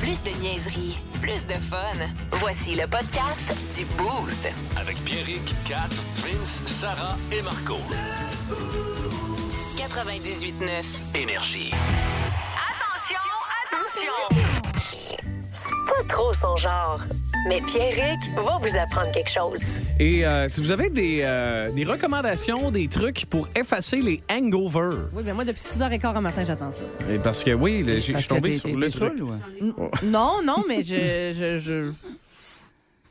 Plus de niaiserie, plus de fun. Voici le podcast du Boost. Avec Pierrick, Kat, Vince, Sarah et Marco. 98.9. Énergie. Attention, attention! C'est pas trop son genre. Mais Pierrick va vous apprendre quelque chose. Et euh, si vous avez des, euh, des recommandations, des trucs pour effacer les hangovers. Oui, bien moi, depuis 6h15 un matin, j'attends ça. Et parce que oui, le- j'ai- je Parce suis tombé que t'es- sur t'es- le t'es truc. Oh. saoul, ouais. Non, non, mais je. je, je...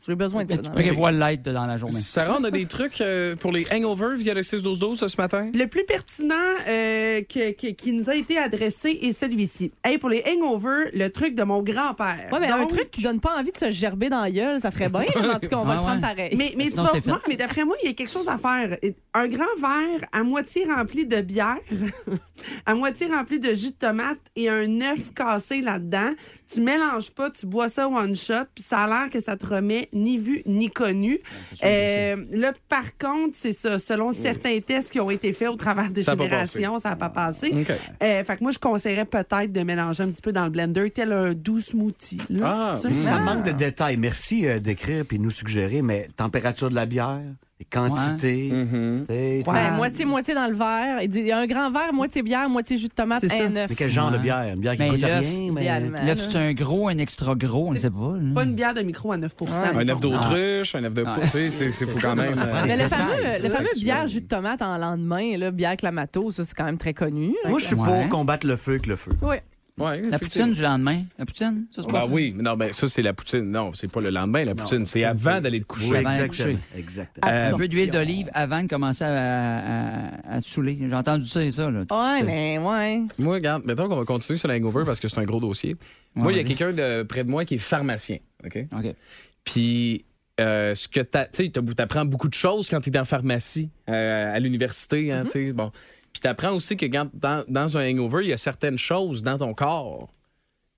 J'ai besoin de ça. dans la Fait vie. qu'elle voit l'aide dans la journée. Sarah, on a des trucs euh, pour les hangovers via le 6-12-12 ce matin? Le plus pertinent euh, que- que- qui nous a été adressé est celui-ci. Hey, pour les hangovers, le truc de mon grand-père. Ouais, mais un Donc- truc qui donne pas envie de se gerber dans la gueule, ça ferait bien. mais En tout cas, on va Ah le prendre ouais. pareil. Mais, mais, tu Non, vas- c'est fait. non, mais d'après moi, il y a quelque chose à faire. Un grand verre à moitié rempli de bière, à moitié rempli de jus de tomate et un œuf cassé là-dedans. Tu mélanges pas, tu bois ça one shot, puis ça a l'air que ça te remet ni vu ni connu. Euh, là, par contre, c'est ça. Selon certains tests qui ont été faits au travers des Ça a pas générations, ça Ah. n'a pas passé. OK. Euh, fait que moi, je conseillerais peut-être de mélanger un petit peu dans le blender, tel un doux smoothie. là. Ah, Ça, mm. ça- Ça manque de détails. Merci euh, d'écrire puis nous suggérer, mais température de la bière, les quantités. Mm-hmm. t'sais, tout- Ben, moitié-moitié dans le verre. Il dit- il y a un grand verre, moitié bière, moitié jus de tomate, C'est ça. un œuf. Mais quel genre de Ouais. bière? Une bière qui Mais coûte l'œuf, rien, mais. idéalement, L'œuf, là. c'est un gros, un extra gros, on ne sait Mmh. pas. là. Pas une bière de micro à 9 Un œuf mettons. d'autruche, un œuf de poule, tu sais, c'est c'est faut quand même. euh, Mais Des le fameux, détails, le fameux factuels. bière jus de tomate en lendemain, là, bière clamato, ça, c'est quand même très connu. là. Moi, je suis Ouais. pour combattre le feu avec le feu. Oui. ouais, La effectivement. poutine du lendemain. La poutine, ça c'est Ben pas. oui, non, ben ça, c'est la poutine. Non, c'est pas le lendemain, la poutine. C'est avant d'aller te coucher. Euh, Oui, avant d'aller exactement. exactement. Euh, Un Absorption. peu d'huile d'olive avant de commencer à, à, à- à te saouler. J'ai entendu ça et ça. Là. Tu- Ouais, tu- mais ouais. Moi, regarde, mettons qu'on va continuer sur le hangover parce que c'est un gros dossier. moi, il y a vas-y. quelqu'un de près de moi qui est pharmacien. OK? OK. Puis, euh, ce que t'as- tu sais, t'as- t'apprends beaucoup de choses quand t'es dans la pharmacie, euh, à l'université, Mm-hmm. hein, tu sais, bon. Puis t'apprends aussi que quand, dans, dans un hangover, il y a certaines choses dans ton corps.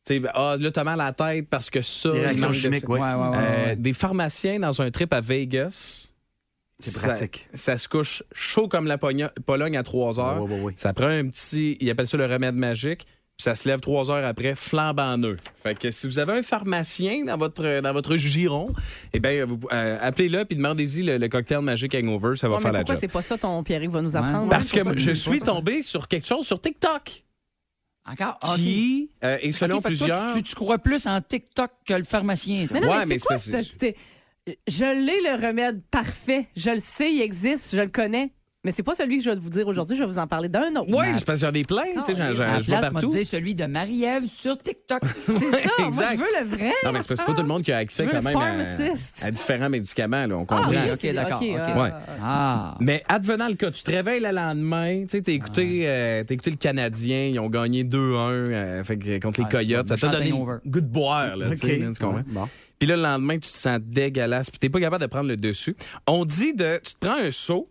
Tu sais, ben, ah, là, t'as mal à la tête parce que ça. Des il réactions mange de chimiques, ça. oui. Ouais, ouais, ouais, Euh, ouais. Des pharmaciens dans un trip à Vegas. C'est ça- pratique. Ça, se couche chaud comme la Pogna- Pologne à 3 heures. Ouais, ouais, ouais. Ça prend un petit. Ils appellent ça le remède magique. Puis ça se lève trois heures après, flambant neuf. Fait que si vous avez un pharmacien dans votre, dans votre giron, eh bien, vous, euh, appelez-le puis demandez-y le, le cocktail magique hangover, ça va Ouais, mais faire la pourquoi job. c'est pas ça ton Pierrick va nous apprendre? Ouais. Parce que pourquoi- je suis tombé sur quelque chose sur TikTok Encore? qui, euh, et Ah, OK. selon OK, fait que toi, plusieurs. tu, tu crois plus en TikTok que le pharmacien. toi. Mais non, Ouais, mais mais c'est quoi c'est pas- ce- c'est- Je l'ai le remède parfait. Je le sais, il existe, je le connais. Mais c'est pas celui que je vais vous dire aujourd'hui, je vais vous en parler d'un autre. Ah, Oui, c'est parce qu'il y a des plaintes, tu sais, j'en- À j'en- Ah, la je vois plate, m'a partout. dit celui de Marie-Ève sur TikTok. C'est ça, moi Exact. je veux le vrai. Non, mais c'est parce que c'est pas tout le monde qui a accès Je veux quand le même pharmaciste. Ah, à, à différents médicaments, là, on comprend. oui, ok, ok, d'accord, ok, ok. ah, Ouais. ah, Ah. Mais advenant le cas, tu te réveilles le lendemain, tu sais, t'as écouté, euh, t'as écouté le Canadien, ils ont gagné 2-1 euh, fait que contre les Ah, Coyotes, c'est ça bon, t'a méchant donné hangover. le goût de boire, là, tu sais, là, tu comprends? Bon. Puis là, le lendemain, tu te sens dégueulasse, puis t'es pas capable de prendre le dessus. On dit de, tu te prends un seau,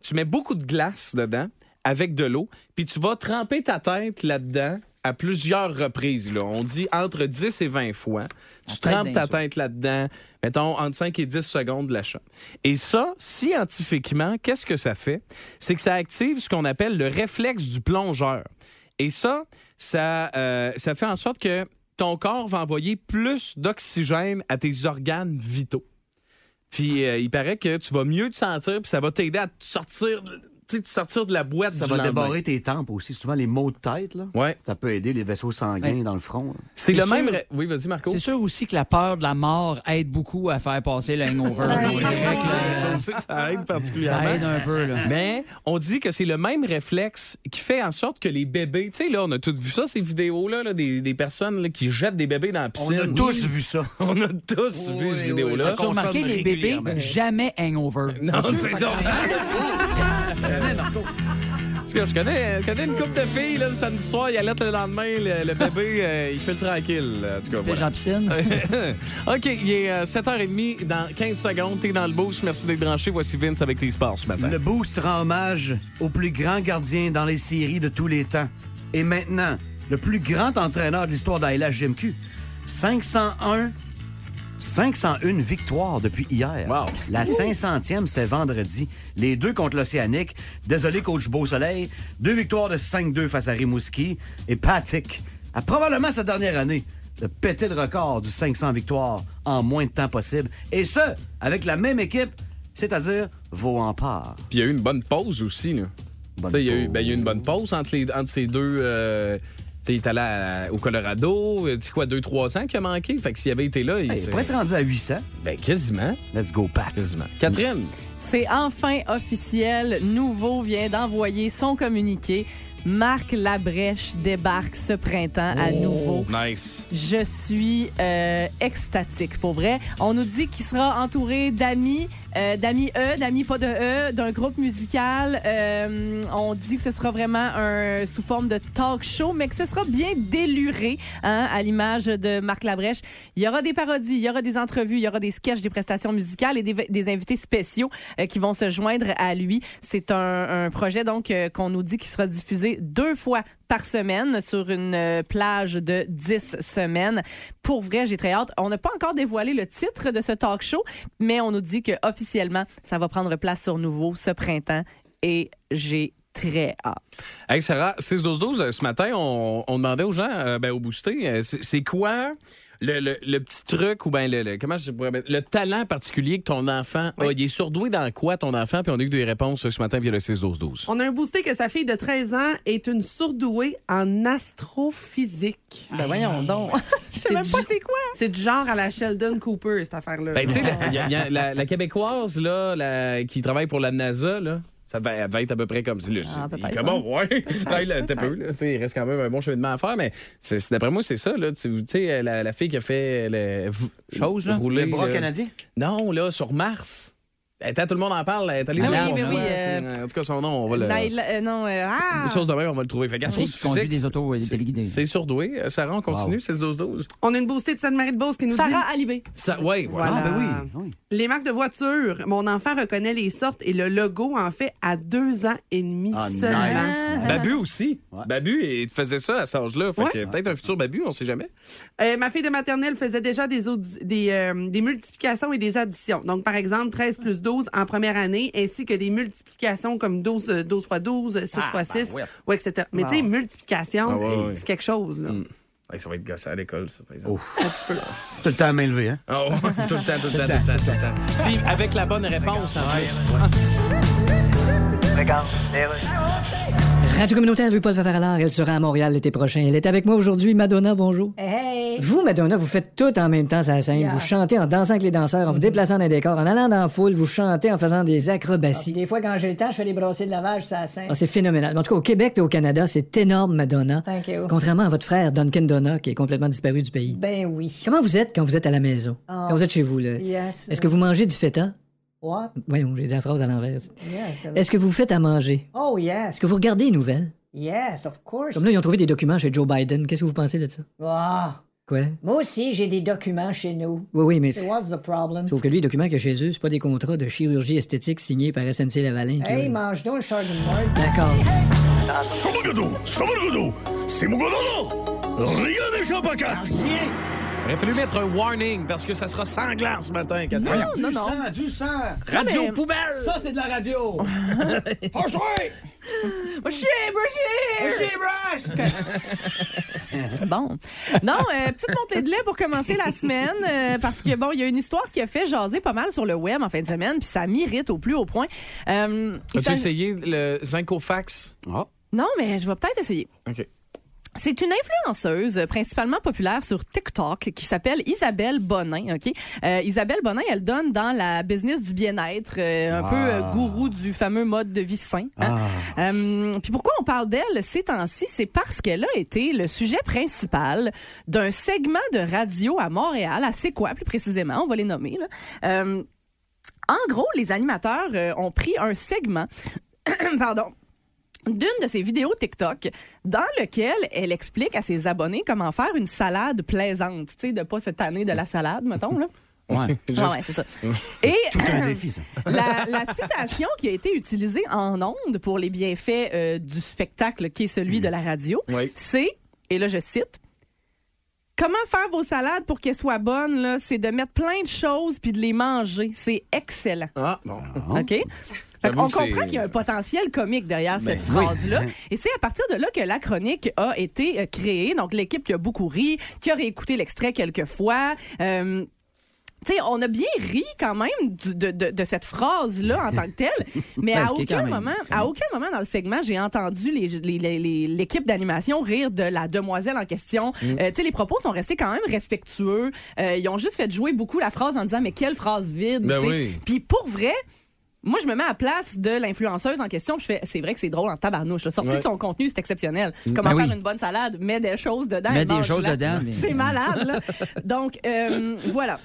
tu mets beaucoup de glace dedans, avec de l'eau, puis tu vas tremper ta tête là-dedans à plusieurs reprises. Là. On dit entre 10 et 20 fois. Tu tête trempes d'un ta seau. tête là-dedans, mettons entre 5 et 10 secondes de la shot. Et ça, scientifiquement, qu'est-ce que ça fait? C'est que ça active ce qu'on appelle le réflexe du plongeur. Et ça, ça, euh, ça fait en sorte que ton corps va envoyer plus d'oxygène à tes organes vitaux. Puis euh, il paraît que tu vas mieux te sentir, puis ça va t'aider à te sortir, de- tu sais, te sortir de la boîte Ça du va lendemain. débarrer tes tempes aussi. Souvent, les maux de tête, là, Ouais. ça peut aider les vaisseaux sanguins Ouais. dans le front. là. C'est C'est le sûr. même. ré- Oui, vas-y, Marco. C'est sûr aussi que la peur de la mort aide beaucoup à faire passer le hangover. Oui, ça aussi, ça aide Ça particulièrement. aide un peu, là. Mais on dit que c'est le même réflexe qui fait en sorte que les bébés, tu sais, là, on a tous vu ça, ces vidéos-là, là, des, des personnes là, qui jettent des bébés dans la On piscine. a tous vu ça. On a tous vu ces vidéos-là. As-tu remarqué consomme les bébés régulièrement. jamais hangover? Non, c'est ça. Parce que je connais, je connais une couple de filles, là, le samedi soir, il allait le lendemain, le, le bébé, euh, il fait le tranquille. là. En tout cas, Pêche voilà. en piscine. OK, il est euh, 7h30, dans 15 secondes, t'es dans le boost. Merci d'être branché. Voici Vince avec tes sports ce matin. Le Boost rend hommage au plus grand gardien dans les séries de tous les temps. Et maintenant, le plus grand entraîneur de l'histoire de la LHGMQ. 501, 501 victoires depuis hier. Wow. La 500e, c'était vendredi. Les deux contre l'Océanique. Désolé, coach Beau Soleil. Deux victoires de 5-2 face à Rimouski. Et Patrick, à probablement sa dernière année, de péter le record du 500 victoires en moins de temps possible. Et ce, avec la même équipe, c'est-à-dire Vaux-en-Part. Puis il y a eu une bonne pause aussi. Là. Bonne Tu sais, Il y, a eu- pause. ben, il y a eu une bonne pause entre, les- entre ces deux. Euh, tu sais, il est allé à- au Colorado, euh, tu sais quoi, 2-3 ans qu'il a manqué. Fait que s'il avait été là, il Hey, il serait- pourrait être rendu à 800. Ben quasiment. Let's go, Pat. Quasiment. Catherine, C'est enfin officiel. Nouveau vient d'envoyer son communiqué. Marc Labrèche débarque ce printemps Oh. à nouveau. nice. Je suis euh, extatique, pour vrai. On nous dit qu'il sera entouré d'amis, euh, d'amis E, d'amis pas de E, d'un groupe musical. Euh, on dit que ce sera vraiment un, sous forme de talk show, mais que ce sera bien déluré, hein, à l'image de Marc Labrèche. Il y aura des parodies, il y aura des entrevues, il y aura des sketchs, des prestations musicales et des, des invités spéciaux euh, qui vont se joindre à lui. C'est un, un projet donc euh, qu'on nous dit qui sera diffusé deux fois par semaine sur une euh, plage de 10 semaines. Pour vrai, j'ai très hâte. On n'a pas encore dévoilé le titre de ce talk show, mais on nous dit que officiellement, ça va prendre place sur nouveau ce printemps et j'ai très hâte. Hey Sarah, 6-12-12, euh, ce matin, on, on demandait aux gens, euh, ben, au boosté, euh, c'est c'est quoi le, le- le petit truc ou ben le, le- comment je pourrais mettre- le talent particulier que ton enfant a? Il est surdoué dans quoi ton enfant? Puis on a eu des réponses euh, ce matin via le 6-12-12. On a un boosté que sa fille de 13 ans est une sourdouée en astrophysique. Ben voyons donc. Je sais même pas c'est quoi. C'est du genre à la Sheldon Cooper, cette affaire-là. Ah. Ben, tu sais, la, y a- y a- la- la Québécoise, là, la- qui travaille pour la NASA, là, ça devait, elle devait être à peu près comme si. là, Ah, je- peut-être, Comment, ouais. Ouais, là, t'as peu, là, tu sais, il reste quand même un bon cheminement à faire, mais c'est- c'est- d'après moi, c'est ça. Là, tu tu sais, la, la fille qui a fait euh, le, v- Chose, là? rouler, le bras là. canadien? Non, là, sur Mars. Elle était- tout le monde en parle. Elle est allée Ah dans oui, Mars, mais oui, ouais, euh, c'est- En tout cas, son nom, on va le. Naila- euh, non, euh, ah! Une chose de même, on va le trouver. Fait Ah, Oui, qui conduit des autos, euh, c'est- téléguidées. c'est surdoué. Euh, Sarah, on continue, Wow. 6-12-12. On a une boostée de Sainte-Marie de Beauce qui nous dit Sarah Alibé. Ça, ouais, ouais. Voilà. Ah, ben oui. oui. les marques de voitures. Mon enfant reconnaît les sortes et le logo en fait à deux ans et demi Ah, seulement. nice. Babu aussi. Ouais. Babu, il faisait ça à cet âge-là. Fait Ouais. que peut-être un futur Babu, on sait jamais. Euh, ma fille de maternelle faisait déjà des, audi- des, euh, des multiplications et des additions. Donc, par exemple, 13 plus 12 en première année, ainsi que des multiplications comme 12, euh, 12 fois 12, 6 fois 6, ouais. ouais, etc. Mais tu sais, multiplication, ben Ah, ouais, ouais. c'est quelque chose. Là. Hmm. Ouais, ça va être gossé à l'école, ça, par exemple. Tout le temps à main levée, hein? Oh, tout le temps, tout le temps, tout le temps, tout le temps. Puis avec la bonne réponse, en plus. Radio communautaire Louis-Paul Favaralard, elle sera à Montréal l'été prochain. Elle est avec moi aujourd'hui. Madonna, bonjour. Hey! Vous, Madonna, vous faites tout en même temps sur la scène. Vous chantez en dansant avec les danseurs, en vous déplaçant dans les décors, en allant dans la foule, vous chantez en faisant des acrobaties. Ah, Des fois, quand j'ai le temps, je fais des brossées de lavage, ça scène. Ben, Ah, c'est phénoménal. En tout cas, au Québec et au Canada, c'est énorme, Madonna. Thank you. Contrairement à votre frère, Duncan Donna, qui est complètement disparu du pays. Ben oui. Comment vous êtes quand vous êtes à la maison? Ah. Quand vous êtes chez vous, là? Yes. Est-ce que vous mangez du feta? What? Voyons, j'ai dit la phrase à l'envers. Yes. Est-ce que vous faites à manger? Oh, yes. Est-ce que vous regardez les nouvelles? Yes, of course. Comme là, ils ont trouvé des documents chez Joe Biden. Qu'est-ce que vous pensez de ça? Ah. Quoi? Moi aussi, j'ai des documents chez nous. Oui, oui, mais. So What's the problem? Sauf que lui, les documents que chez eux, c'est pas des contrats de chirurgie esthétique signés par SNC Lavalin. qui Hey, ont- mange donc le chardonnay. D'accord. Aurait fallu mettre un warning parce que ça sera sanglant ce matin, Catherine. Du sang, du sang! Radio mais- poubelle! Ça, c'est de la radio! Pas joué! Bon. Non, euh, petite montée de lait pour commencer la semaine, euh, parce que, bon, il y a une histoire qui a fait jaser pas mal sur le web en fin de semaine, puis ça m'irrite au plus haut point. Euh, il As-tu s'agit- essayé le Zincofax? Ah, Non, mais je vais peut-être essayer. OK. C'est une influenceuse euh, principalement populaire sur TikTok qui s'appelle Isabelle Bonin, OK? Euh, Isabelle Bonin, elle donne dans la business du bien-être, euh, un peu Ah. euh, gourou du fameux mode de vie sain. hein. Euh, Puis pourquoi on parle d'elle ces temps-ci? C'est parce qu'elle a été le sujet principal d'un segment de radio à Montréal, à C'est quoi plus précisément, on va les nommer. Là. Euh, en gros, les animateurs euh, ont pris un segment, pardon, d'une de ses vidéos TikTok dans lequel elle explique à ses abonnés comment faire une salade plaisante, tu sais, de pas se tanner de la salade, mettons là. ouais. Ah ouais, c'est ça. Et euh, Tout un défi, ça. la, la citation qui a été utilisée en ondes pour les bienfaits euh, du spectacle qui est celui de la radio, Oui. c'est, et là je cite, Comment faire vos salades pour qu'elles soient bonnes, là, c'est de mettre plein de choses puis de les manger. C'est excellent. Ah, bon. OK? Fait on J'avoue que comprend c'est- qu'il y a un potentiel comique derrière cette Ben oui. phrase-là. Et c'est à partir de là que la chronique a été euh, créée. Donc, l'équipe qui a beaucoup ri, qui a réécouté l'extrait quelques fois. Euh, tu sais, on a bien ri quand même du- de, de- de cette phrase-là en tant que telle, mais à Parce qu'il y aucun, a quand même- moment, à aucun moment dans le segment, j'ai entendu l'équipe les, les- les- l'équipe d'animation rire de la demoiselle en question. Mm. Euh, tu sais, les propos sont restés quand même respectueux. Euh, ils ont juste fait jouer beaucoup la phrase en disant, mais quelle phrase vide. Ben tu sais. oui. Puis pour vrai, moi, je me mets à la place de l'influenceuse en question. puis Je fais, c'est vrai que c'est drôle en tabarnouche. La sortie Ouais. Mm. de son contenu, c'est exceptionnel. Comment Ben faire oui. une bonne salade? Mets des choses dedans. Mets et des choses mange-la. dedans, mais- C'est malade, là. Donc, euh, voilà.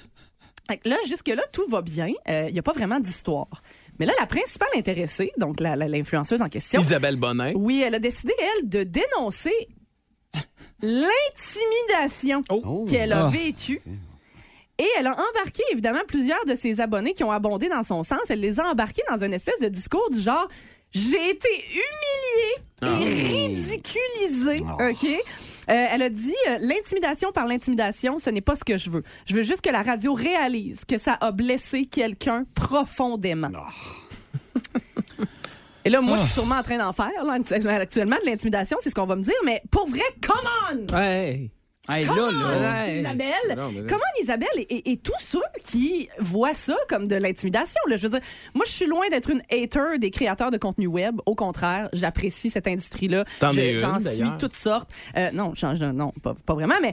Fait que Là, jusque-là, tout va bien. Il n'y a pas vraiment d'histoire. Mais là, la principale intéressée, donc la- la- l'influenceuse en question, Isabelle Bonin. oui, elle a décidé, elle, de dénoncer l'intimidation qu'elle a Ah. vécue. Et elle a embarqué, évidemment, plusieurs de ses abonnés qui ont abondé dans son sens. Elle les a embarqués dans une espèce de discours du genre J'ai été humiliée et ridiculisée. OK? Euh, elle a dit euh, L'intimidation par l'intimidation, ce n'est pas ce que je veux. Je veux juste que la radio réalise que ça a blessé quelqu'un profondément. Et là, moi, je Ah. suis sûrement en train d'en faire, là, actu- actuellement, de l'intimidation, c'est ce qu'on va me dire, mais pour vrai, come on! Hey. Hey, Come là, on, là. euh, Isabelle! Non, mais là- Comment Isabelle et, et- et tous ceux qui voient ça comme de l'intimidation? là? Je veux dire, moi, je suis loin d'être une hater des créateurs de contenu web. Au contraire, j'apprécie cette industrie-là. T'en Je- es une, J'en suis d'ailleurs. toutes sortes. Euh, non, j'en- je- non pas, pas vraiment, mais.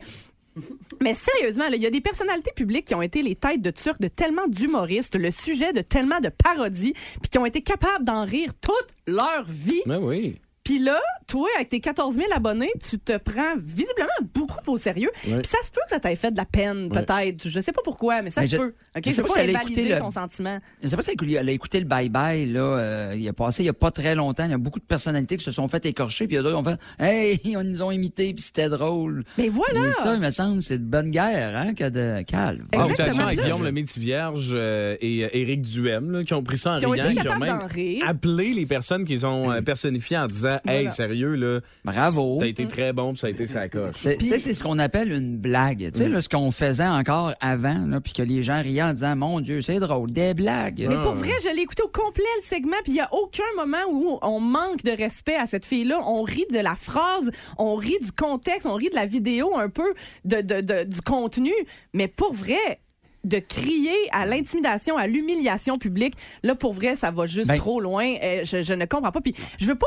Mais sérieusement, là, il y a des personnalités publiques qui ont été les têtes de turc de tellement d'humoristes, le sujet de tellement de parodies, puis qui ont été capables d'en rire toute leur vie. Ben oui. Puis là, toi, avec tes 14 000 abonnés, tu te prends visiblement beaucoup au sérieux. Ouais. Puis ça se peut que ça t'ait fait de la peine, Ouais. peut-être. Je sais pas pourquoi, mais ça Mais se Ben, je- peut. Ok, je sais Je pas peux si elle a invalider écouté le- ton sentiment. Je sais pas si elle a écouté le bye-bye, là. euh, il a passé il y a pas très longtemps. Il y a beaucoup de personnalités qui se sont fait écorcher, puis il y a d'autres qui ont fait Hey, on nous ont imité, puis c'était drôle. Mais voilà! Mais ça, il me semble, c'est de bonne guerre, hein, que de calme. Exactement. Ah, Salutations à Guillaume le le Métis Vierge euh, et euh, Éric Duhem là, qui ont pris ça en Qui ont été riant, qui ont capables même d'en rire. Mm. appelé les personnes qu'ils ont euh, personnifiées en disant Hey, Voilà. sérieux, là. Bravo. Ça a été très bon, puis ça a été sa coche. C'est tu sais, c'est ce qu'on appelle une blague. Tu sais, là, ce qu'on faisait encore avant, là, puis que les gens riaient en disant Mon Dieu, c'est drôle, des blagues. Mais pour vrai, je l'ai écouté au complet le segment, puis il n'y a aucun moment où on manque de respect à cette fille-là. On rit de la phrase, on rit du contexte, on rit de la vidéo un peu, de, de- de- du contenu. Mais pour vrai, de crier à l'intimidation, à l'humiliation publique, là, pour vrai, ça va juste Ben- trop loin. Euh, Je, je ne comprends pas. Puis je veux pas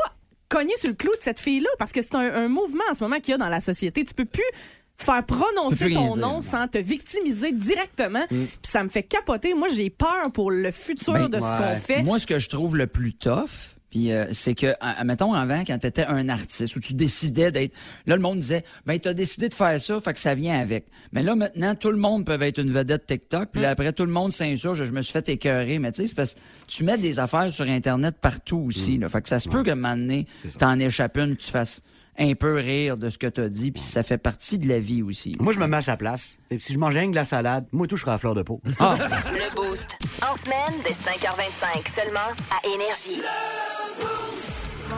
cogner sur le clou de cette fille-là, parce que c'est un, un mouvement en ce moment qu'il y a dans la société. Tu peux plus faire Tu peux prononcer plus ton rien dire, nom hein. non. sans te victimiser directement. Mm. Puis ça me fait capoter. Moi, j'ai peur pour le futur Ben, de ce ouais. qu'on fait. Moi, ce que je trouve le plus tough, puis euh, c'est que, à- mettons, avant, quand t'étais un artiste, où tu décidais d'être... Là, le monde disait, ben, t'as décidé de faire ça, fait que ça vient avec. Mais là, maintenant, tout le monde peut être une vedette TikTok, puis là, Mm. après, tout le monde s'insurge, je me suis fait écœurer. Mais tu sais, c'est parce que tu mets des affaires sur Internet partout aussi, Mm. là. Fait que ça se peut que, un moment donné, t'en échappes une, tu fasses un peu rire de ce que t'as dit, puis ça fait partie de la vie aussi. Moi, je me mets à sa place. Et si je mangeais rien que de la salade, moi, tout, je serais à fleur de peau. Ah. Le Boost. En semaine, dès 5h25, seulement à Énergie.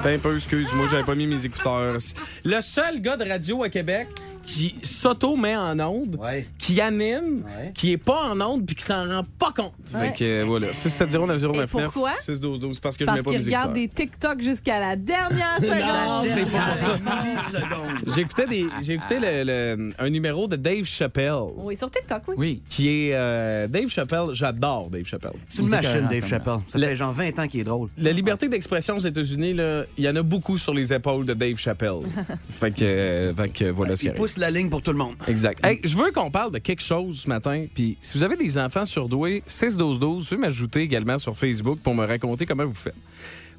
T'as un peu, excuse-moi, j'avais pas mis mes écouteurs. Le seul gars de radio à Québec qui s'auto-met en onde, Ouais. qui anime, Ouais. qui est pas en onde puis qui s'en rend pas compte. Fait que euh, voilà, 670 Et pourquoi? 6 12 12 parce que je Parce mets pas qu'ils mes regardent écouteurs. des TikTok jusqu'à la dernière Non, seconde. c'est pas ça. Millisecondes. J'écoutais des j'écoutais le- le- un numéro de Dave Chappelle Oui, sur TikTok, oui. Oui. qui est euh, Dave Chappelle, j'adore Dave Chappelle. C'est une Il est machine, écœurant, Dave ce Chappelle. Ça Le- fait genre 20 ans qu'il est drôle. La liberté d'expression aux États-Unis, là, il y en a beaucoup sur les épaules de Dave Chappelle. fait que, euh, fait que voilà ce qui Il arrive. pousse la ligne pour tout le monde. Exact. Hey, je veux qu'on parle de quelque chose ce matin. Puis si vous avez des enfants surdoués, 6-12-12, vous pouvez m'ajouter également sur Facebook pour me raconter comment vous faites.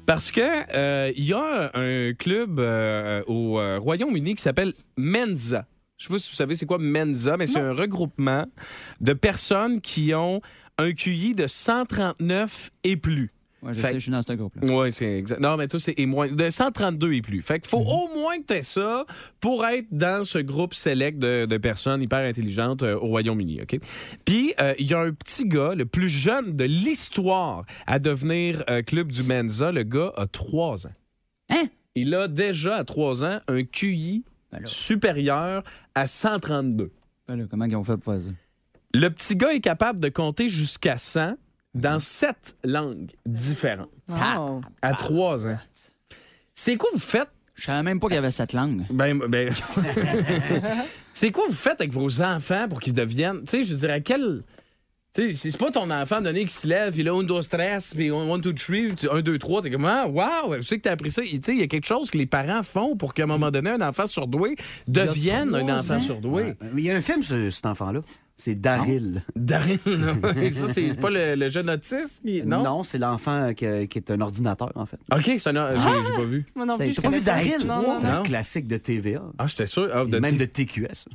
Parce que euh, il y a un club euh, au euh, Royaume-Uni qui s'appelle Menza. Je sais pas si vous savez c'est quoi Menza, mais c'est un regroupement de personnes qui ont un QI de 139 et plus. Ouais, je Fait- sais, je suis dans ce groupe-là. Oui, c'est exact. Non, mais toi, c'est et moins. De 132 et plus. Fait qu'il Mhm. faut au moins que tu ça pour être dans ce groupe select de, de personnes hyper intelligentes euh, au Royaume-Uni. OK? Puis, euh, il y a un petit gars, le plus jeune de l'histoire à devenir euh, club du Menza. Le gars a 3 ans. Hein? Il a déjà à 3 ans un QI Ben là. supérieur à 132. Ben là, Comment ils ont fait pour faire ça? Le petit gars est capable de compter jusqu'à 100 dans sept langues différentes Oh. à trois hein. ans. C'est quoi vous faites? Je savais même pas qu'il y avait cette langue. Ben, ben- c'est quoi vous faites avec vos enfants pour qu'ils deviennent. Tu sais, je dirais, quel. Tu sais, c'est- c'est pas ton enfant donné qui se lève, puis là, un, deux, stress, puis un, one, two, three, tu- un, deux, trois, t'es comme, ah, wow, je sais que t'as appris ça. Tu sais, il y a quelque chose que les parents font pour qu'à un moment donné, un enfant surdoué devienne un trois enfant ans. surdoué. Il y a un film sur cet enfant-là. C'est Daryl. Darin, non. ça, c'est pas le, le jeune autiste? qui- Non? c'est l'enfant euh, que- qui est un ordinateur, en fait. OK, ça, non, j'ai j'ai pas vu. Moi non plus, T'as je pas vu connais Daryl? Non, non, non. Un classique de TVA. Ah, j'étais sûr. Ah, et de même t- de TQS.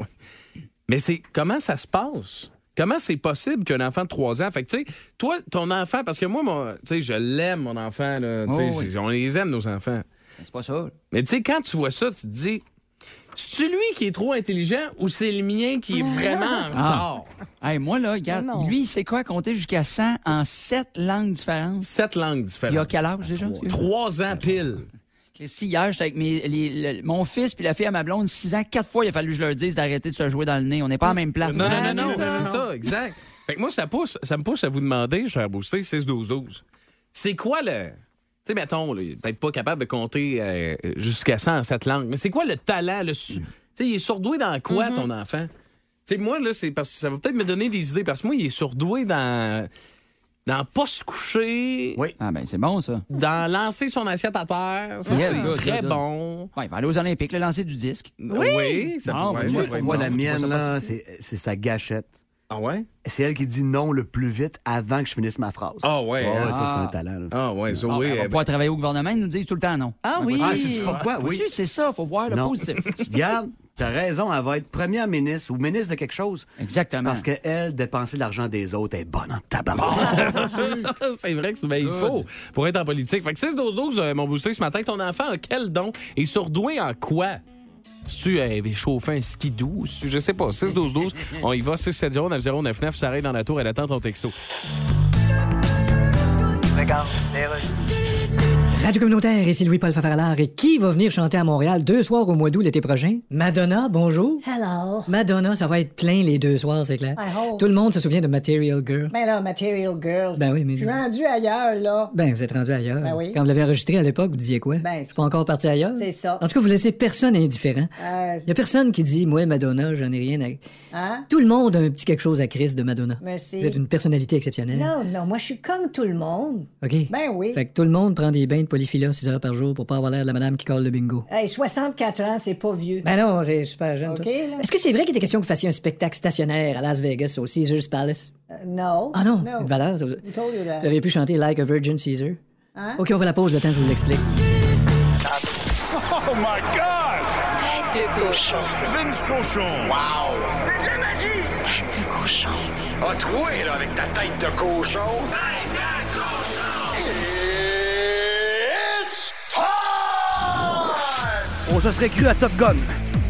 Mais c'est comment ça se passe? Comment c'est possible qu'un enfant de 3 ans. Fait que, tu sais, toi, ton enfant, parce que moi, mon- tu sais, je l'aime, mon enfant. Là, Tu sais, Oh, oui. c'est- On les aime, nos enfants. C'est pas ça. Mais tu sais, quand tu vois ça, tu te dis c'est lui qui est trop intelligent ou c'est le mien qui est vraiment en retard? Ah. Hey, moi, là, regarde, Non, non. lui, c'est quoi compter jusqu'à 100 en sept langues différentes? Sept langues Il a différentes. quel âge déjà? Trois ans pile. Si hier, j'étais avec mes- les- le- mon fils puis la fille à ma blonde, 6 ans, quatre fois, il a fallu que je leur dise d'arrêter de se jouer dans le nez. On n'est pas en même place. Non, non, Ouais, non, non, Ah, c'est ça. c'est ça, exact. Fait que moi, ça, pousse, ça me pousse à vous demander, cher Boosté, 6-12-12, c'est quoi le. Tu sais, mettons, là, il est peut-être pas capable de compter euh, jusqu'à 100 en cette langue, mais c'est quoi le talent? Le su- Tu sais, il est surdoué dans quoi, Mm-hmm. ton enfant? Tu sais, moi, là, c'est parce que ça va peut-être me donner des idées, parce que moi, il est surdoué dans. Dans pas se coucher, Oui. Ah, ben, c'est bon, ça. dans lancer son assiette à terre, ça Oui, c'est good, très good, good. bon. Ouais, il va aller aux Olympiques, le lancer du disque. Oui, ça Ah, pourrait- ben, ça moi, pourrait être moi, bon. la- mienne, là, c'est sa gâchette. Ah ouais? C'est elle qui dit non le plus vite avant que je finisse ma phrase. Ah ouais, Ah, hein? Ça, c'est un talent. là. Ah ouais, Ah, Zoé. ben, on va eh ben, pouvoir travailler au gouvernement, ils nous disent tout le temps non. Ah oui. Ah, sais-tu pourquoi? Oui. Oui. c'est ça, faut voir le Non. positif. Tu te gardes, t'as raison, elle va être première ministre ou ministre de quelque chose. Exactement. Parce qu'elle, dépenser l'argent des autres, elle est bonne en tabac. c'est vrai que c'est- ben, Ah, il faut pour être en politique. Fait que 6 12 12 euh, mon boosté ce matin, ton enfant a quel don et surdoué en quoi si tu euh, avais chauffé un skidoo, si je sais pas, 6 12 12, on y va 6 7 0 9 0 9 9, ça arrive dans la tour, elle attend ton texto. Radio Communautaire, ici Louis-Paul Favaralard. Et qui va venir chanter à Montréal deux soirs au mois d'août l'été prochain? Madonna, bonjour. Hello. Madonna, ça va être plein les deux soirs, c'est clair. I hope. Tout le monde se souvient de Material Girl. Ben là, Material Girls. Ben oui, mais- Je suis rendu ailleurs, là. Ben, vous êtes rendu ailleurs. Ben oui. Quand vous l'avez enregistré à l'époque, vous disiez quoi? Ben, je suis pas encore parti ailleurs. C'est ça. En tout cas, vous laissez personne indifférent. Euh, Il y a personne qui dit, moi, Madonna, j'en ai rien à. hein? Tout le monde a un petit quelque chose à Chris de Madonna. Merci. Vous êtes une personnalité exceptionnelle. Non, non, moi, je suis comme tout le monde. OK? Ben oui. Fait que tout le monde prend des bains de polyphila 6 heures par jour pour pas avoir l'air de la madame qui colle le bingo. Hey, 64 ans, c'est pas vieux. Ben non, c'est super jeune. OK, toi. là. Est-ce que c'est vrai qu'il était question que vous fassiez un spectacle stationnaire à Las Vegas au Caesars Palace? Euh, no. Ah non, No. une valeur. ça- Who told you that? Vous auriez pu chanter Like a Virgin Caesar. Euh. Hein? OK, on va la pause le temps que je vous l'explique. Tête de cochon. Oh Vince Cochon. Wow! Tête de cochon. A troué, là, avec ta tête de cochon. Tête de cochon! It's time! On se serait cru à Top Gun.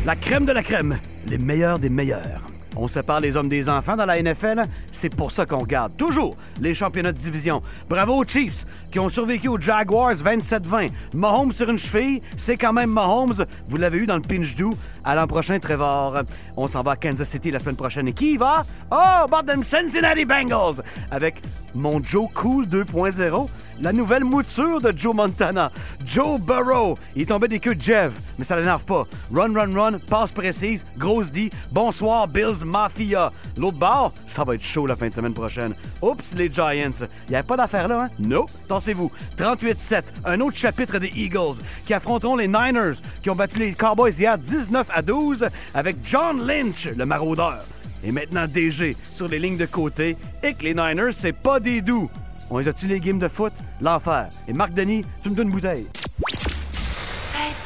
La crème de la crème. Les meilleurs des meilleurs. On sépare les hommes des enfants dans la NFL. C'est pour ça qu'on regarde toujours les championnats de division. Bravo aux Chiefs qui ont survécu aux Jaguars 27-20. Mahomes sur une cheville, c'est quand même Mahomes. Vous l'avez eu dans le pinch do. À l'an prochain, Trevor. On s'en va à Kansas City la semaine prochaine. Et qui y va? Oh, Bottom Cincinnati Bengals! Avec mon Joe Cool 2.0, la nouvelle mouture de Joe Montana. Joe Burrow, il tombait des queues de Jeff, mais ça l'énerve pas. Run, run, run, passe précise, grosse dit, bonsoir Bills Mafia. L'autre bord, ça va être chaud la fin de semaine prochaine. Oups, les Giants. Il n'y a pas d'affaire là, hein? Non. Tassez-vous. 38-7, un autre chapitre des Eagles qui affronteront les Niners qui ont battu les Cowboys hier 19 à 12 avec John Lynch, le maraudeur. Et maintenant DG sur les lignes de côté et que les Niners, c'est pas des doux. On les a-tu les games de foot? L'enfer. Et Marc Denis, tu me donnes une bouteille. Tête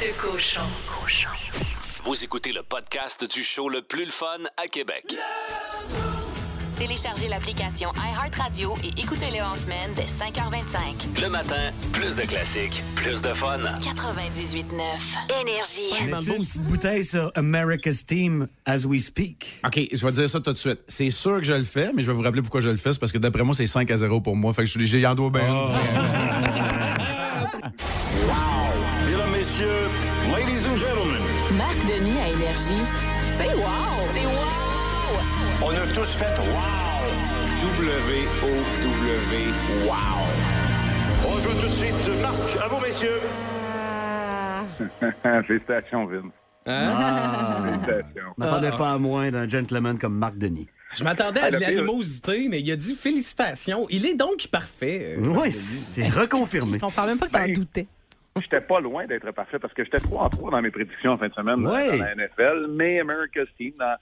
de cochon. Cochon. Vous écoutez le podcast du show le plus le fun à Québec. Téléchargez l'application iHeartRadio et écoutez-le en semaine dès 5h25. Le matin, plus de classiques, plus de fun. 98.9. Énergie. une petite bouteille sur America's Team as we speak? OK, je vais dire ça tout de suite. C'est sûr que je le fais, mais je vais vous rappeler pourquoi je le fais. C'est parce que d'après moi, c'est 5 à 0 pour moi. Fait que je suis j'ai en doigt bien. Mesdames, messieurs, ladies and gentlemen, Marc Denis à Énergie. C'est wow! C'est wow! On a tous fait wow! W-O-W. Wow! On joue tout de suite. Marc, à vous, messieurs. Félicitations, Vince. Ah. Je m'attendais pas à moins d'un gentleman comme Marc Denis. Je m'attendais Ah, à de le pire. l'animosité, mais il a dit félicitations. Il est donc parfait. euh, Oui, Denis. c'est reconfirmé. parle même pas que Ben, t'en doutais. J'étais pas loin d'être parfait parce que j'étais 3 en 3 dans mes prédictions en fin de semaine Ouais. euh, dans la NFL, mais America's Team, dans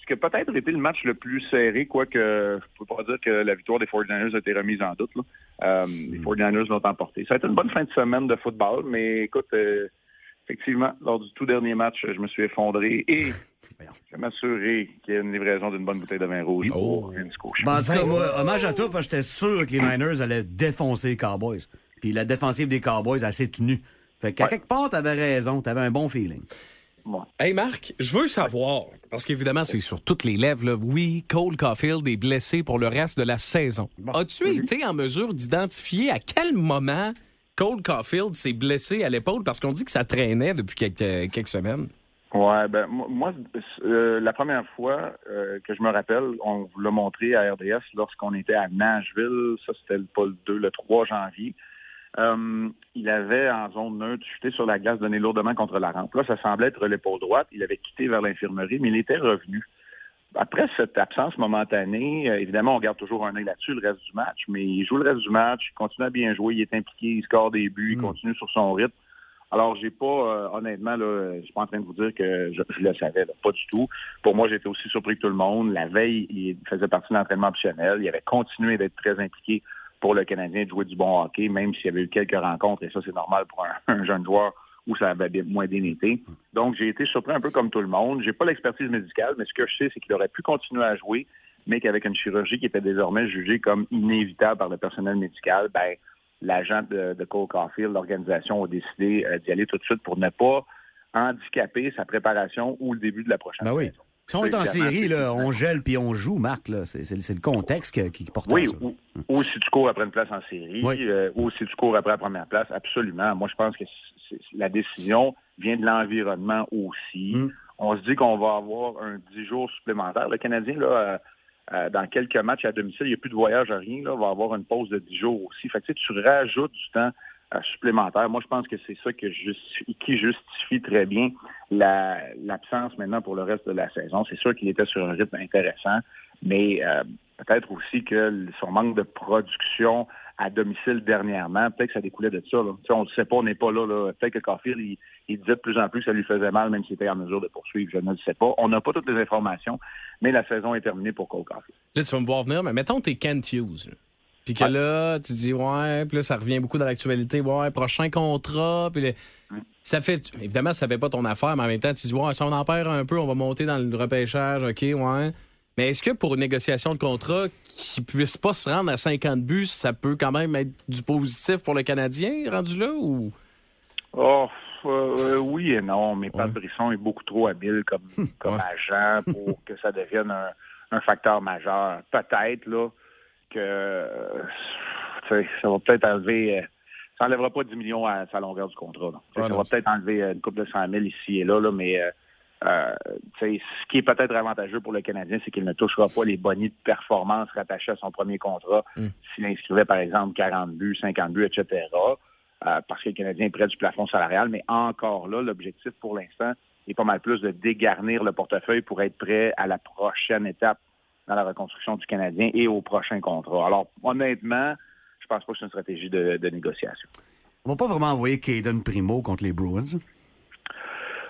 ce qui a peut-être été le match le plus serré, quoique euh, je peux pas dire que la victoire des 49ers a été remise en doute. là. Euh, Hmm. Les 49ers l'ont emporté. Ça a été une bonne fin de semaine de football, mais écoute, euh, effectivement, lors du tout dernier match, je me suis effondré et je vais m'assurer qu'il y a une livraison d'une bonne bouteille de vin rouge pour Vince Cochon. Ben, en tout cas, moi, hommage à toi, parce que j'étais sûr que les Hein? Niners allaient défoncer les Cowboys. Puis la défensive des Cowboys, elle s'est tenue. Fait qu'à quelque part, t'avais raison, t'avais un bon feeling. Hey Marc, je veux savoir, parce qu'évidemment, c'est sur toutes les lèvres, là. oui, Cole Caulfield est blessé pour le reste de la saison. As-tu été en mesure d'identifier à quel moment Cole Caulfield s'est blessé à l'épaule? Parce qu'on dit que ça traînait depuis quelques, quelques semaines. Ouais, ben moi- moi, euh, la première fois euh, que je me rappelle, on vous l'a montré à RDS lorsqu'on était à Nashville, ça c'était le- pas le 2, le 3 janvier. Euh, il avait en zone neutre chuté sur la glace, donné lourdement contre la rampe. Là, ça semblait être l'épaule droite. Il avait quitté vers l'infirmerie, mais il était revenu. Après cette absence momentanée, euh, évidemment, on garde toujours un œil là-dessus le reste du match, mais il joue le reste du match, il continue à bien jouer, il est impliqué, il score des buts, il continue sur son rythme. Alors, j'ai pas, euh, honnêtement, là, je suis pas en train de vous dire que je, je le savais, là, pas du tout. Pour moi, j'étais aussi surpris que tout le monde. La veille, il faisait partie de l'entraînement optionnel. Il avait continué d'être très impliqué pour le Canadien, de jouer du bon hockey, même s'il y avait eu quelques rencontres, et ça, c'est normal pour un, un jeune joueur où ça avait bien- moins bien été. Donc, j'ai été surpris un peu comme tout le monde. J'ai pas l'expertise médicale, mais ce que je sais, c'est qu'il aurait pu continuer à jouer, mais qu'avec une chirurgie qui était désormais jugée comme inévitable par le personnel médical, ben, l'agent de, de Cole Caulfield, l'organisation, a décidé euh, d'y aller tout de suite pour ne pas handicaper sa préparation ou le début de la prochaine. Ben oui. Si on est en série, là, on gèle puis on joue, Marc. là. C'est c'est- c'est le contexte que- qui, qui porte Oui, à ça. ou, ou si tu cours après une place en série, euh, ou si tu cours après la première place, absolument. Moi, je pense que c'est- c'est- la décision vient de l'environnement aussi. On se dit qu'on va avoir un 10 jours supplémentaire. Le Canadien, là, euh, euh, dans quelques matchs à domicile, il n'y a plus de voyage à rien, là, va avoir une pause de 10 jours aussi. Fait que, tu sais, tu rajoutes du temps euh, supplémentaire. Moi, je pense que c'est ça que justi- qui justifie très bien la- l'absence maintenant pour le reste de la saison. C'est sûr qu'il était sur un rythme intéressant, mais euh, peut-être aussi que l- son manque de production à domicile dernièrement, peut-être que ça découlait de ça. là. Tu sais, On ne sait pas, on n'est pas là. là. Peut-être que Caulfield, il, il disait de plus en plus que ça lui faisait mal, même s'il était en mesure de poursuivre. Je ne le sais pas. On n'a pas toutes les informations, mais la saison est terminée pour Cole Caulfield. Là, tu vas me voir venir, mais mettons t'es Kent Hughes. là. Puis que là, tu dis, ouais, puis là, ça revient beaucoup dans l'actualité, ouais, prochain contrat, puis le- ça fait, évidemment, ça fait pas ton affaire, mais en même temps, tu dis, ouais, si on en perd un peu, on va monter dans le repêchage, OK, ouais. Mais est-ce que pour une négociation de contrat qui puisse pas se rendre à 50 buts, ça peut quand même être du positif pour le Canadien rendu là ou... Oh, euh, euh, oui et non, mais Pat Brisson est beaucoup trop habile comme, comme agent pour que ça devienne un, un facteur majeur. Peut-être là que euh, tu sais, ça va peut-être enlever. euh, ça n'enlèvera pas 10 millions à sa longueur du contrat. là. Tu sais, ça va peut-être enlever euh, une couple de 100 000 ici et là, là, mais euh, euh, tu sais, ce qui est peut-être avantageux pour le Canadien, c'est qu'il ne touchera pas les bonnies de performance rattachés à son premier contrat s'il inscrivait, par exemple, 40 buts, 50 buts, etc. Euh, parce que le Canadien est près du plafond salarial, mais encore là, l'objectif pour l'instant est pas mal plus de dégarnir le portefeuille pour être prêt à la prochaine étape dans la reconstruction du Canadien et au prochain contrat. Alors, honnêtement, je pense pas que c'est une stratégie de, de négociation. On va pas vraiment envoyer Caden Primo contre les Bruins.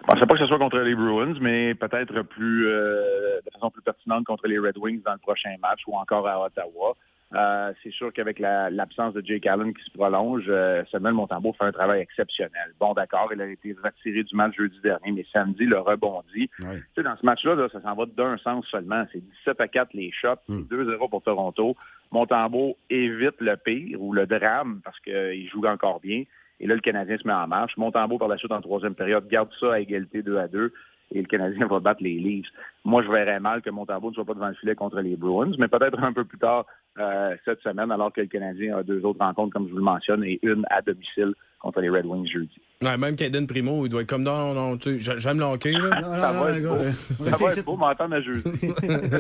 Je pensais pas que ce soit contre les Bruins, mais peut-être plus euh, de façon plus pertinente contre les Red Wings dans le prochain match ou encore à Ottawa. Euh, c'est sûr qu'avec la- l'absence de Jake Allen qui se prolonge, euh, Samuel Montembeau fait un travail exceptionnel. Bon, d'accord, il a été retiré du match jeudi dernier, mais samedi, le rebondit. Tu sais, dans ce match-là, là, ça s'en va d'un sens seulement. C'est 17 à 4 les shots, c'est 2-0 pour Toronto. Montembeau évite le pire ou le drame parce qu'il joue encore bien. Et là, le Canadien se met en marche. Montembeau, par la suite, en troisième période, garde ça à égalité 2 à 2. Et le Canadien va battre les Leafs. Moi, je verrais mal que Montembeau ne soit pas devant le filet contre les Bruins, mais peut-être un peu plus tard euh, cette semaine, alors que le Canadien a deux autres rencontres, comme je vous le mentionne, et une à domicile contre les Red Wings jeudi. Ouais, même Caden Primo, il doit être comme non, non, tu sais, j'a- j'aime le hockey. Là. ça va être beau. Ça va être beau m'entendre à jeudi.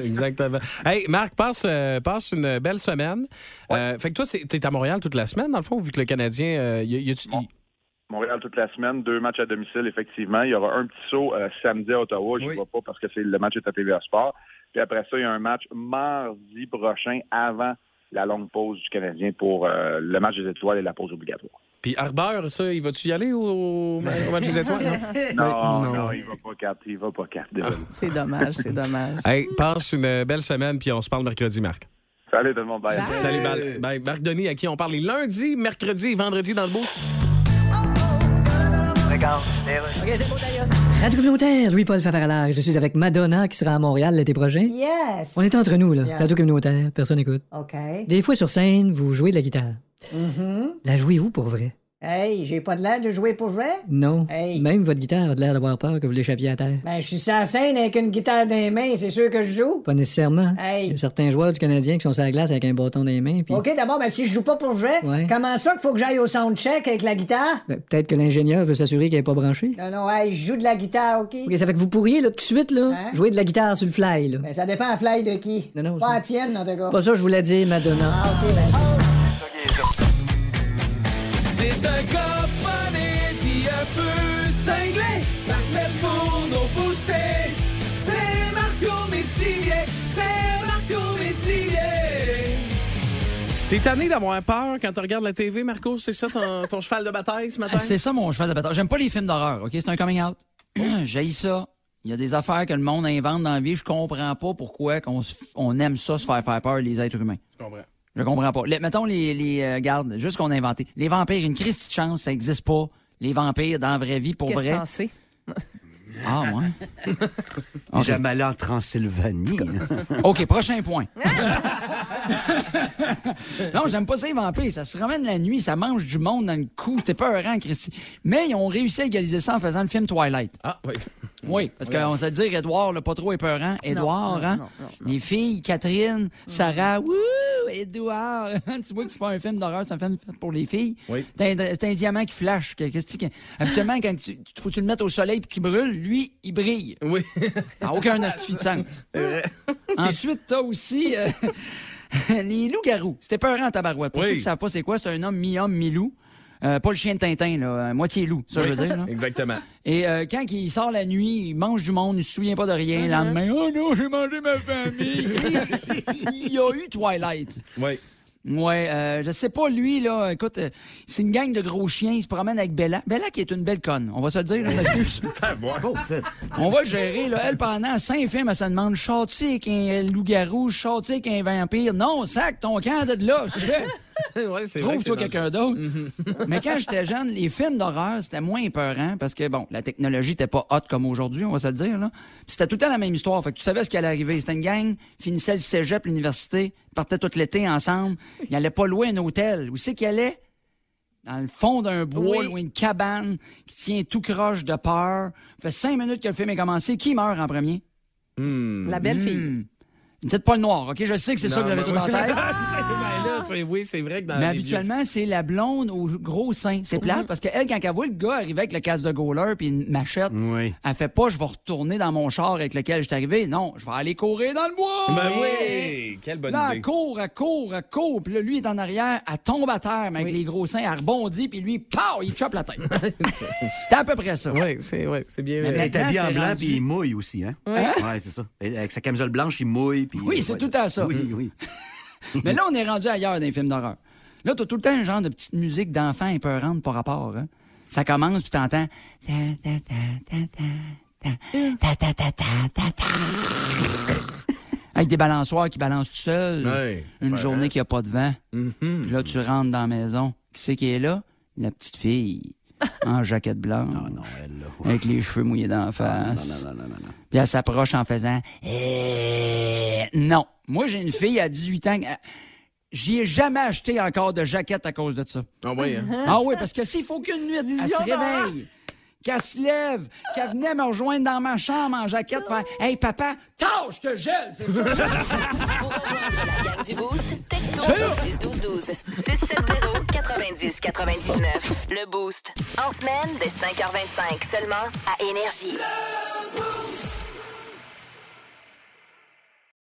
Exactement. Hey, Marc, passe, euh, passe une belle semaine. Euh, fait que toi, tu es à Montréal toute la semaine, dans le fond, vu que le Canadien. euh, y a- y a-tu- y- Montréal toute la semaine, deux matchs à domicile, effectivement. Il y aura un petit saut euh, samedi à Ottawa, je ne vois pas parce que c'est le match est à TVA Sport. Puis après ça, il y a un match mardi prochain avant la longue pause du Canadien pour euh, le match des étoiles et la pause obligatoire. Puis Harbert, ça, il va-tu y aller au, au match des étoiles? Non, non, il va pas quatre, il va pas quatre. désolé. C'est dommage, c'est dommage. Ah. Hey, passe une euh, belle semaine, puis on se parle mercredi, Marc. Salut tout le monde, bye. Salut, Bal- bye. Marc Denis, à qui on parle les lundis, mercredis et vendredis dans le boost. Regarde. OK, c'est bon, d'ailleurs. Radio communautaire, Louis-Paul Favaralard. Je suis avec Madonna qui sera à Montréal l'été prochain. Yes. On est entre nous, là. Yeah. Radio communautaire, personne n'écoute. OK. Des fois sur scène, vous jouez de la guitare. Mhm. La jouez-vous pour vrai? Hey, j'ai pas de l'air de jouer pour vrai? Non. Hey. Même votre guitare a de l'air d'avoir peur que vous l'échappiez à terre. Ben, je suis sur la scène avec une guitare dans les mains, c'est sûr que je joue. Pas nécessairement. Il y Hey. a certains joueurs du Canadien qui sont sur la glace avec un bâton dans les mains. puis- OK, d'abord, ben, si je joue pas pour vrai, Ouais. comment ça qu'il faut que j'aille au soundcheck avec la guitare? Ben, Peut-être que l'ingénieur veut s'assurer qu'elle n'est pas branchée. Non, non, hey, je joue de la guitare, OK? OK, ça fait que vous pourriez, là, tout de suite, là, Hein? jouer de la guitare sur le fly, là. Ben, ça dépend à fly de qui. Non, non, pas à tienne, en tout cas. Pas ça, je voulais dire, Madonna. Ah, OK, ben. C'est un gars funny puis un peu cinglé. Martel pour nos booster. C'est Marco Métivier. C'est Marco Métivier. T'es tanné d'avoir peur quand tu regardes la TV, Marco? C'est ça ton, ton cheval de bataille ce matin? Ah, C'est ça mon cheval de bataille. J'aime pas les films d'horreur, OK? C'est un coming out. J'ai ça. Il y a des affaires que le monde invente dans la vie. Je comprends pas pourquoi qu'on se- on aime ça, se faire faire peur, les êtres humains. Je comprends. Je comprends pas. Les- mettons les, les euh, gardes, juste qu'on a inventé. Les vampires, une crise de chance, ça existe pas. Les vampires dans la vraie vie, pour Qu'est-ce que vrai. t'en sais? Ah, ouais. J'ai Jamais allé en Transylvanie. OK, prochain point. non, j'aime pas ça, les vampires. Ça se ramène la nuit, ça mange du monde dans le cou. C'était peurant, Christy. Mais ils ont réussi à égaliser ça en faisant le film Twilight. Ah, oui. Oui, parce qu'on s'est dit, Édouard, là, pas trop épeurant. Édouard, non, hein? non, Mm. Les filles, Catherine, Sarah, wouh, Édouard. tu vois que c'est pas un film d'horreur, c'est un film fait pour les filles. Oui. C'est un, c'est un diamant qui flash. que- qu'est-ce que- habituellement, quand tu, tu- faut que tu le mettes au soleil puis qu'il brûle, lui, il brille. Oui. T'as aucun astuce de sang. Ensuite, t'as aussi euh, les loups-garous. C'était peurant en tabarouette. Pour Oui. ceux qui savent pas c'est quoi, c'est un homme mi-homme, mi-loup. Euh, pas le chien de Tintin, là, euh, moitié loup, ça je veux dire. là. Exactement. Et euh, quand il sort la nuit, il mange du monde, il se souvient pas de rien. Le lendemain, oh non, j'ai mangé ma famille. il y a eu Twilight. Oui. Ouais, euh, je sais pas, lui, là, écoute, euh, c'est une gang de gros chiens, il se promène avec Bella. Bella qui est une belle conne, on va se le dire, là, je m'excuse. On va le gérer, là. Elle, pendant cinq films, elle se demande, châtier avec un loup-garou, châtier avec un vampire. Non, sac ton camp de là, sujet. ouais, c'est vrai Mhm. que c'est Trouve-toi quelqu'un d'autre. Mais quand j'étais jeune, les films d'horreur, c'était moins épeurant parce que, bon, la technologie était pas hot comme aujourd'hui, on va se le dire, là. Puis c'était tout le temps la même histoire. Fait que tu savais ce qui allait arriver. C'était une gang, finissait le cégep, l'université, partait tout l'été ensemble. Ils allaient pas loin un hôtel. Où c'est qu'ils allaient? Dans le fond d'un bois, Oui. ou une cabane, qui tient tout croche de peur. Fait cinq minutes que le film est commencé. Qui meurt en premier? La belle fille. Hmm. Dites pas le noir, OK? Je sais que c'est ça que vous avez tout en tête. c'est, oui, c'est vrai que dans Mais les vieux- habituellement, c'est la blonde au gros sein. C'est plate parce qu'elle, quand elle voit le gars arriver avec le casque de goaler puis une machette, Oui. elle fait pas je vais retourner dans mon char avec lequel je suis arrivé. Non, je vais aller courir dans le bois. Ben oui, quelle bonne Là, elle idée. court, elle court, elle court. Puis là, lui, il est en arrière, elle tombe à terre, mais avec les gros seins, elle rebondit, puis lui, pow, il chope la tête. C'était à peu près ça. Oui, c'est, ouais, c'est bien. Mais Elle est maintenant, habillée en c'est blanc, rendu- puis il mouille aussi, hein? Ouais, c'est ça. Et Avec sa camisole blanche, il mouille, puis... Oui, c'est Ouais. tout à ça. Oui, oui. Mais là, on est rendu ailleurs dans les films d'horreur. Là, t'as tout le temps un genre de petite musique d'enfant épeurante par rapport. hein. Ça commence, puis t'entends... Ta, ta, ta, ta, ta, ta, ta, ta, ta, ta, ta, ta. Avec des balançoires qui balancent tout seul. Ouais, hein. une épeurant. journée qu'il n'y a pas de vent. Mhm. Puis là, tu rentres dans la maison. Qui c'est qui est là? La petite fille. en jaquette blanche. Ah, Avec les cheveux mouillés d'en face. Ah, Non, non, non, non. Puis elle s'approche en faisant Eh, Non. Moi, j'ai une fille à 18 ans. euh, J'y ai jamais acheté encore de jaquette à cause de ça. Ah oui, hein. Ah oui, parce que s'il faut qu'une nuit, elle se réveille. qu'elle se lève, qu'elle venait me rejoindre dans ma chambre en jaquette, faire Hey papa, tâche, je te gèle, c'est ça. Pour rejoindre la gang du Boost, texto C'est 612 12 670 90 99. Le Boost. En semaine, dès 5h25, seulement à Énergie.